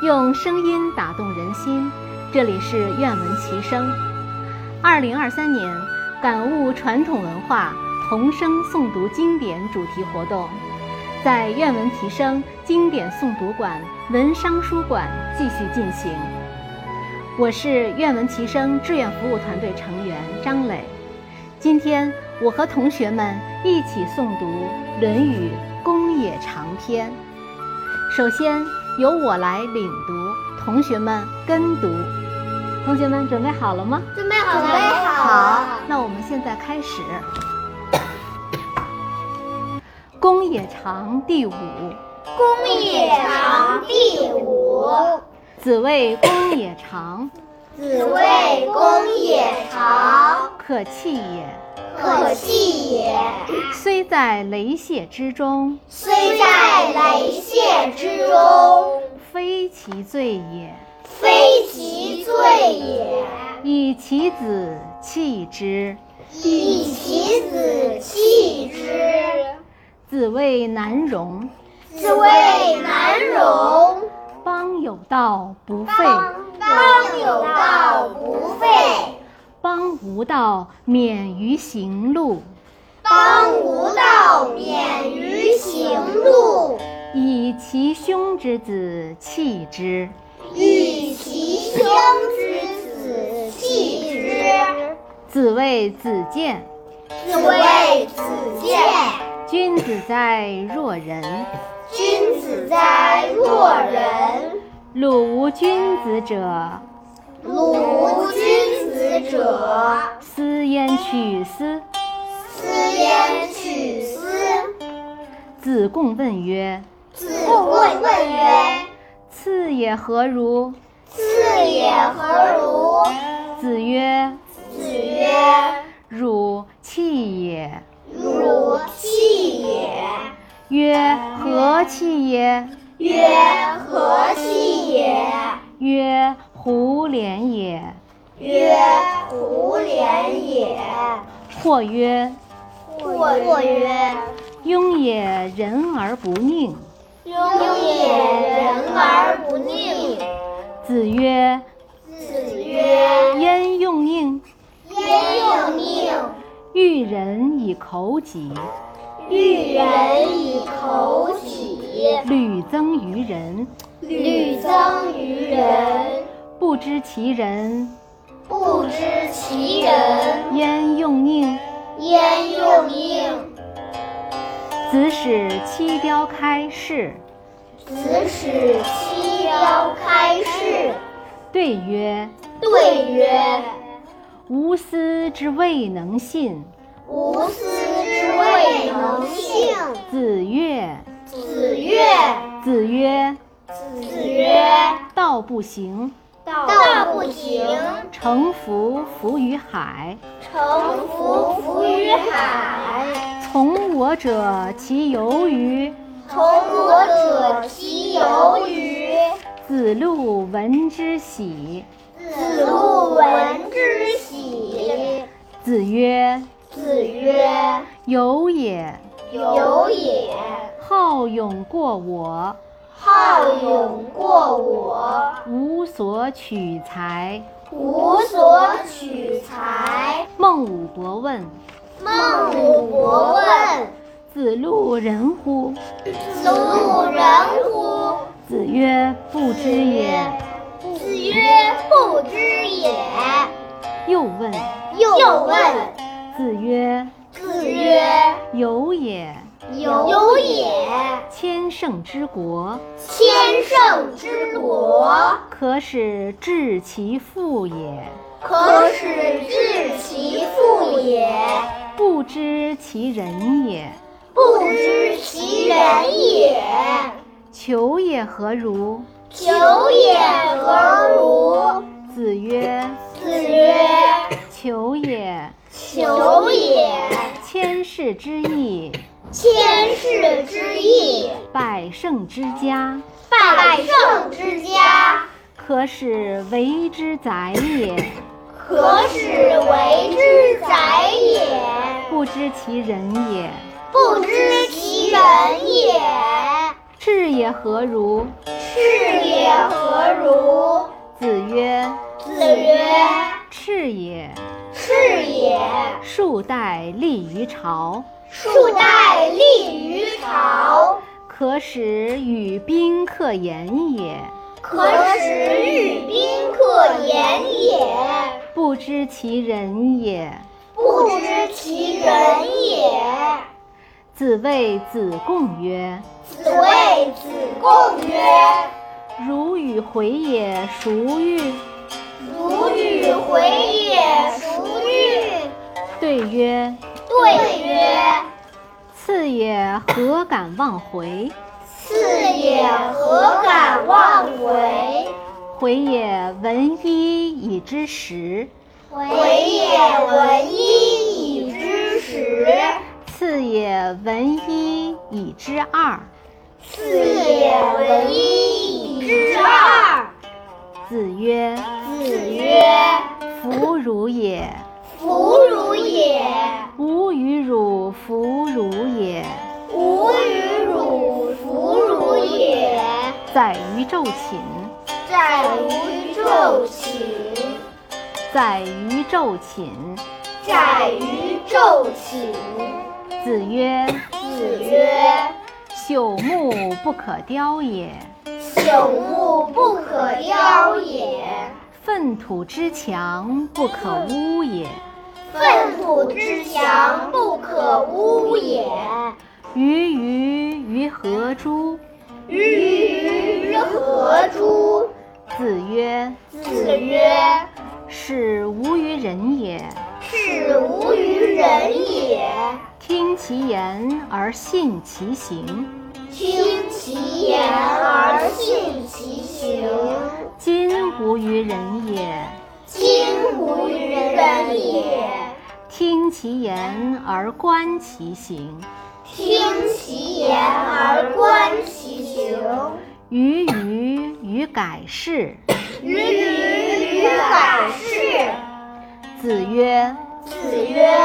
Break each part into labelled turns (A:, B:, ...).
A: 用声音打动人心，这里是愿闻其声。二零二三年感悟传统文化童声诵读经典主题活动，在愿闻其声经典诵读馆文商书馆继续进行。我是愿闻其声志愿服务团队成员张磊，今天我和同学们一起诵读《论语·公冶长篇》。首先由我来领读，同学们跟读。同学们准备好了吗？
B: 准备好了，
C: 准备好了。
A: 那我们现在开始。公冶长第五，
B: 公冶长第五，
A: 子谓公冶长，
B: 子谓公冶长，
A: 可弃也。
B: 可弃也。
A: 虽在雷泄之中，
B: 虽在雷泄之中，
A: 非其罪也。
B: 非其罪也。
A: 以其子弃之。
B: 以其子弃之。
A: 子谓难容，
B: 子谓难容，
A: 邦有道不废，
B: 邦有道不废，
A: 邦无道免于行路。
B: 邦无道免于行路。
A: 以其兄之子弃之。
B: 以其兄之子弃之。
A: 子谓子建，
B: 子谓子建，
A: 君子哉若人。
B: 君子哉若人。
A: 鲁无君子者，
B: 鲁无君子者，
A: 斯焉取斯？
B: 斯焉取斯？
A: 子贡问曰：
B: 子贡问曰：
A: 次也何如？
B: 次也何如？
A: 子曰：
B: 子曰：
A: 汝弃也。
B: 汝弃也。
A: 曰：何弃也？
B: 曰：何弃也？
A: 曰：胡连也。
B: 曰：胡连也。
A: 或曰：
B: 或曰：
A: 庸也人而不佞。
B: 庸也人而不佞。
A: 子曰：
B: 子曰：
A: 焉用佞？
B: 焉用佞？
A: 欲人以口己，
B: 欲人以口己，
A: 屡增于人。
B: 屡增于人。
A: 不知其人，
B: 不知其人，
A: 焉用佞？
B: 焉用佞？
A: 子使七雕开市，
B: 子使七雕开市。
A: 对曰：
B: 对曰：
A: 吾斯之未能信。
B: 吾斯之未能信。
A: 子曰：
B: 子曰：
A: 子曰，
B: 子曰：
A: 道不行，
B: 道不行，
A: 乘浮浮于海。
B: 乘浮浮于海。
A: 从我者其由于。
B: 从我者其由于。
A: 子路闻之喜。
B: 子路闻之喜。
A: 子曰：
B: 子曰：
A: 有也，
B: 有也，
A: 好勇过我，
B: 好勇过我，
A: 无所取材。
B: 无所取材。
A: 孟武伯问
B: 孟武伯问：
A: 子路人乎？
B: 子路人乎？
A: 子曰：不知也。
B: 子曰：不知也。
A: 又问
B: 又问：
A: 子曰：
B: 子曰：
A: 有也。
B: 有也，
A: 千乘之国，
B: 千乘之国。
A: 可使治其父也。
B: 可使治其父也，
A: 不知其人也。
B: 不知其人也。
A: 求也何如？
B: 求也何如？
A: 子曰：
B: 子曰：
A: 求也。
B: 求也，
A: 千世之义，
B: 千世之义，
A: 百乘之家，
B: 百乘之家，
A: 可使为之宰也。
B: 可使为之宰也。
A: 不知其人也。
B: 不知其人也，
A: 智也何如？
B: 是也何如？
A: 子曰
B: 子曰：“
A: 赤也，：“
B: 是也。
A: 树带立于朝，
B: 树带立于朝，
A: 可使与宾客言也。
B: 可使与宾客言也，
A: 不知其人也。
B: 不知其人也。”
A: 子谓子贡曰
B: 子谓子贡曰：“
A: 如与回也孰欲？”：“
B: 如与回也，孰欲
A: 对曰？”
B: 对曰：“
A: 次也何敢忘回？
B: 次也何敢忘回？
A: 回也闻一以知十，
B: 回也闻一以知十，
A: 次也闻一以知二。
B: 次也闻一以知二。”
A: 子曰
B: 子曰：“
A: 弗如也，：“
B: 弗如也，
A: 吾与汝弗如也，
B: 吾与汝弗如也，
A: 宰于昼寝，
B: 在于昼寝，
A: 宰于昼寝。”
B: 在于昼寝。”
A: 子曰
B: 子曰：“
A: 朽木不可雕也，：“
B: 朽木不可雕也，
A: 粪土之强不可污也。
B: 粪土之强不可污也。
A: 鱼鱼于何诸？”
B: 鱼鱼何诸？”
A: 子曰
B: 子曰：“
A: 使吾于人也，：“
B: 是吾于人也。”
A: 听其言而信其行。
B: 听其言而信其行，
A: 今吾于人也，
B: 今无于人也；
A: 听其言而观其行。
B: 听其言而观其行，
A: 于于于改是。
B: 于于于改是。
A: 子曰
B: 子曰：“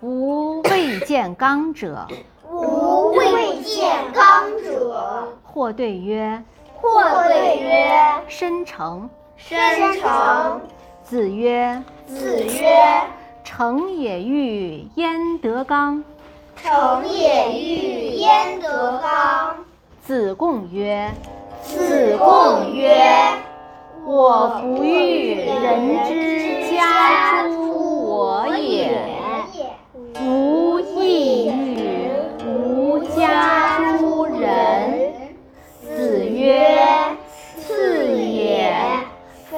A: 吾未见刚者。
B: 吾未见刚者。”
A: 或对曰
B: 或对曰：“
A: 申成。
B: 申成。”
A: 子曰
B: 子曰：“
A: 成也欲焉得刚？”
B: 成也欲焉得刚？
A: 子贡曰
B: 子贡曰：
A: 我不欲人之家诸我也，吾亦欲吾家诸人。子曰：
B: 是
A: 次也，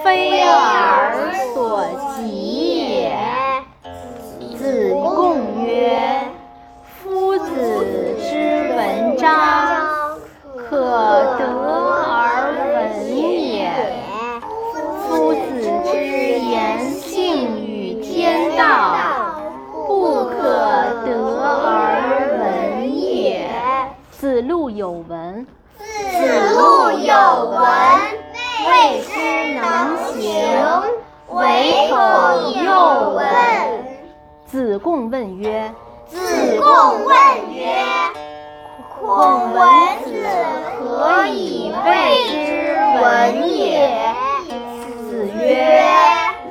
A: 非尔所及也。子贡曰：夫子之文章，可得而闻也。夫子之言性与天道，不可得而闻也。子路有闻，
B: 子路有闻，未之能行，唯恐又问。
A: 子贡问曰
B: 子贡问曰：“孔文子何以谓之文也？”
A: 子
B: 曰
A: 曰：“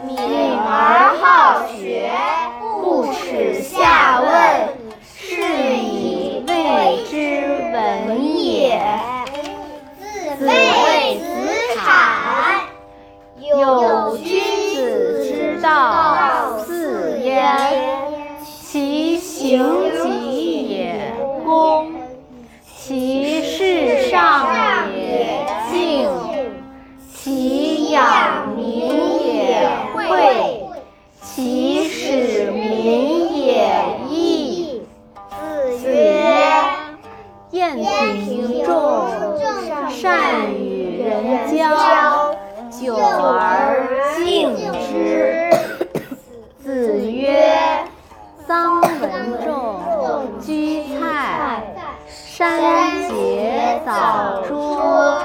B: 敏而好学，不耻下问，是以谓之文也。”子谓子产：“
A: 有君子之道四焉，其行己也恭，其事上也敬，其养民也惠，其使民也义。”
B: 子曰：“
A: 晏平仲，善与人交，久而敬之。子曰：臧文仲，居蔡，山节藻桌，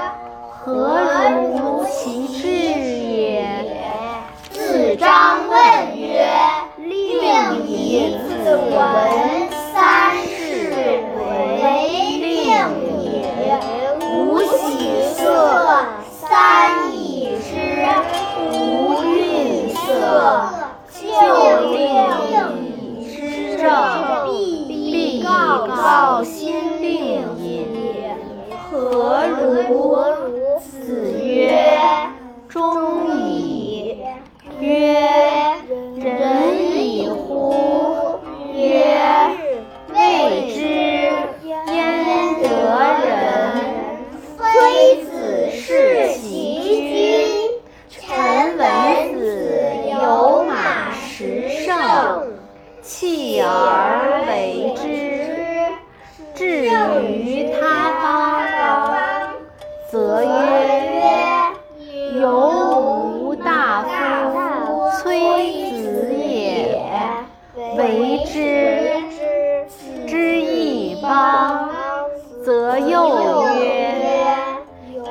A: 何如其至也？
B: 子张问曰：“令以子闻三世为令也，吾喜色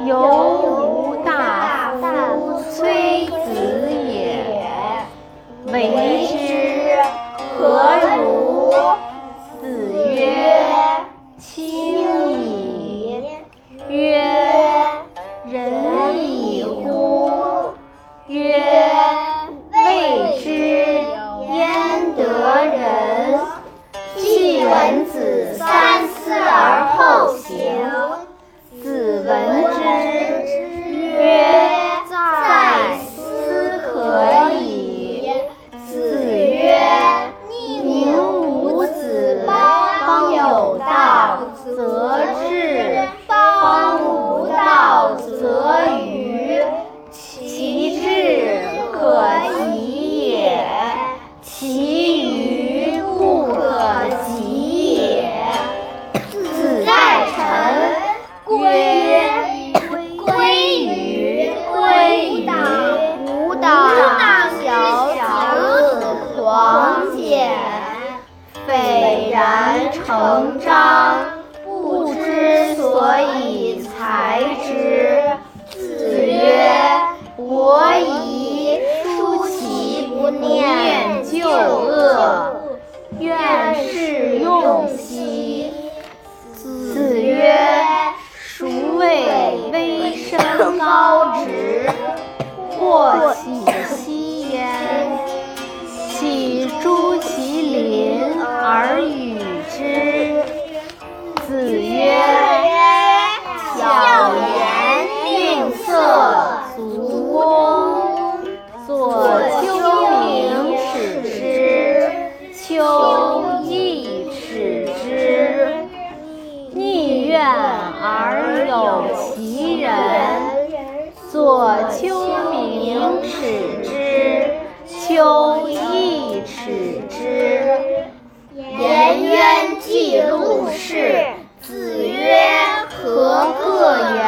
A: 犹吾大夫崔子也，为之
B: 何如？
A: 子曰：亲矣。曰：仁矣乎！曰：
B: 未之焉得人？既闻子三思而后行。
A: 子
B: 闻
A: 闻之，
B: 之曰：在思可矣。子曰：宁无子邦有道，则治；邦无道，则愚。其志可及也，其愚不可及也。子在臣。曰：归于归于吾党小子黄简，斐然成章，不知所以才之。子曰：我以出其不念就恶，愿是用兮。子曰。孰谓微升高直，
A: 或喜兮焉，岂出其邻而与之？子曰：
B: 巧言令色，
A: 足弓，左丘明耻之，丘亦耻之。逆愿而有其人，左丘明耻之，丘亦耻之。
B: 颜渊记录事。子曰：何各言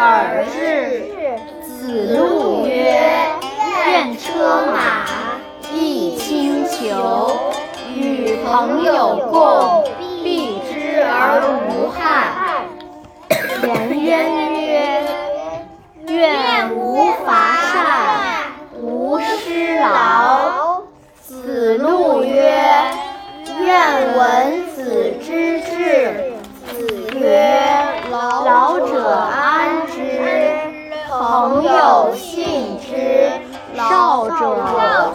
B: 而至？
A: 子路曰：愿车马，亦轻裘，与朋友共，避之而无憾。颜渊曰：愿无伐善，无失劳。子路曰：愿闻子之志。子曰：老者安之，朋友信之，少者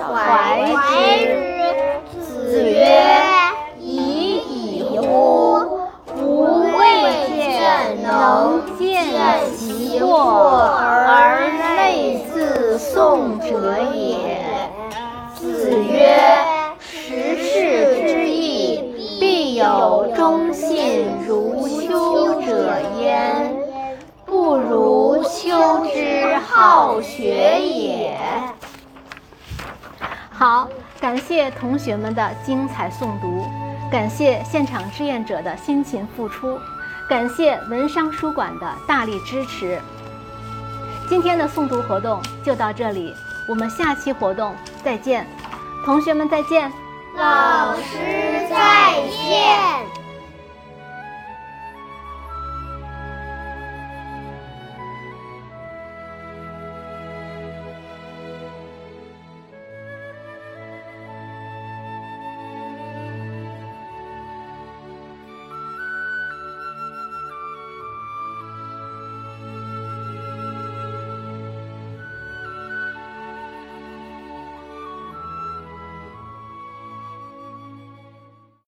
A: 怀之。子曰：已矣乎！吾未见能见其过而内自宋者也。子曰：时事之易，必有忠信如丘者焉。不如丘之好学也。好，感谢同学们的精彩诵读，感谢现场志愿者的辛勤付出，感谢文商书馆的大力支持。今天的诵读活动就到这里，我们下期活动再见，同学们再见。
B: 老师再见。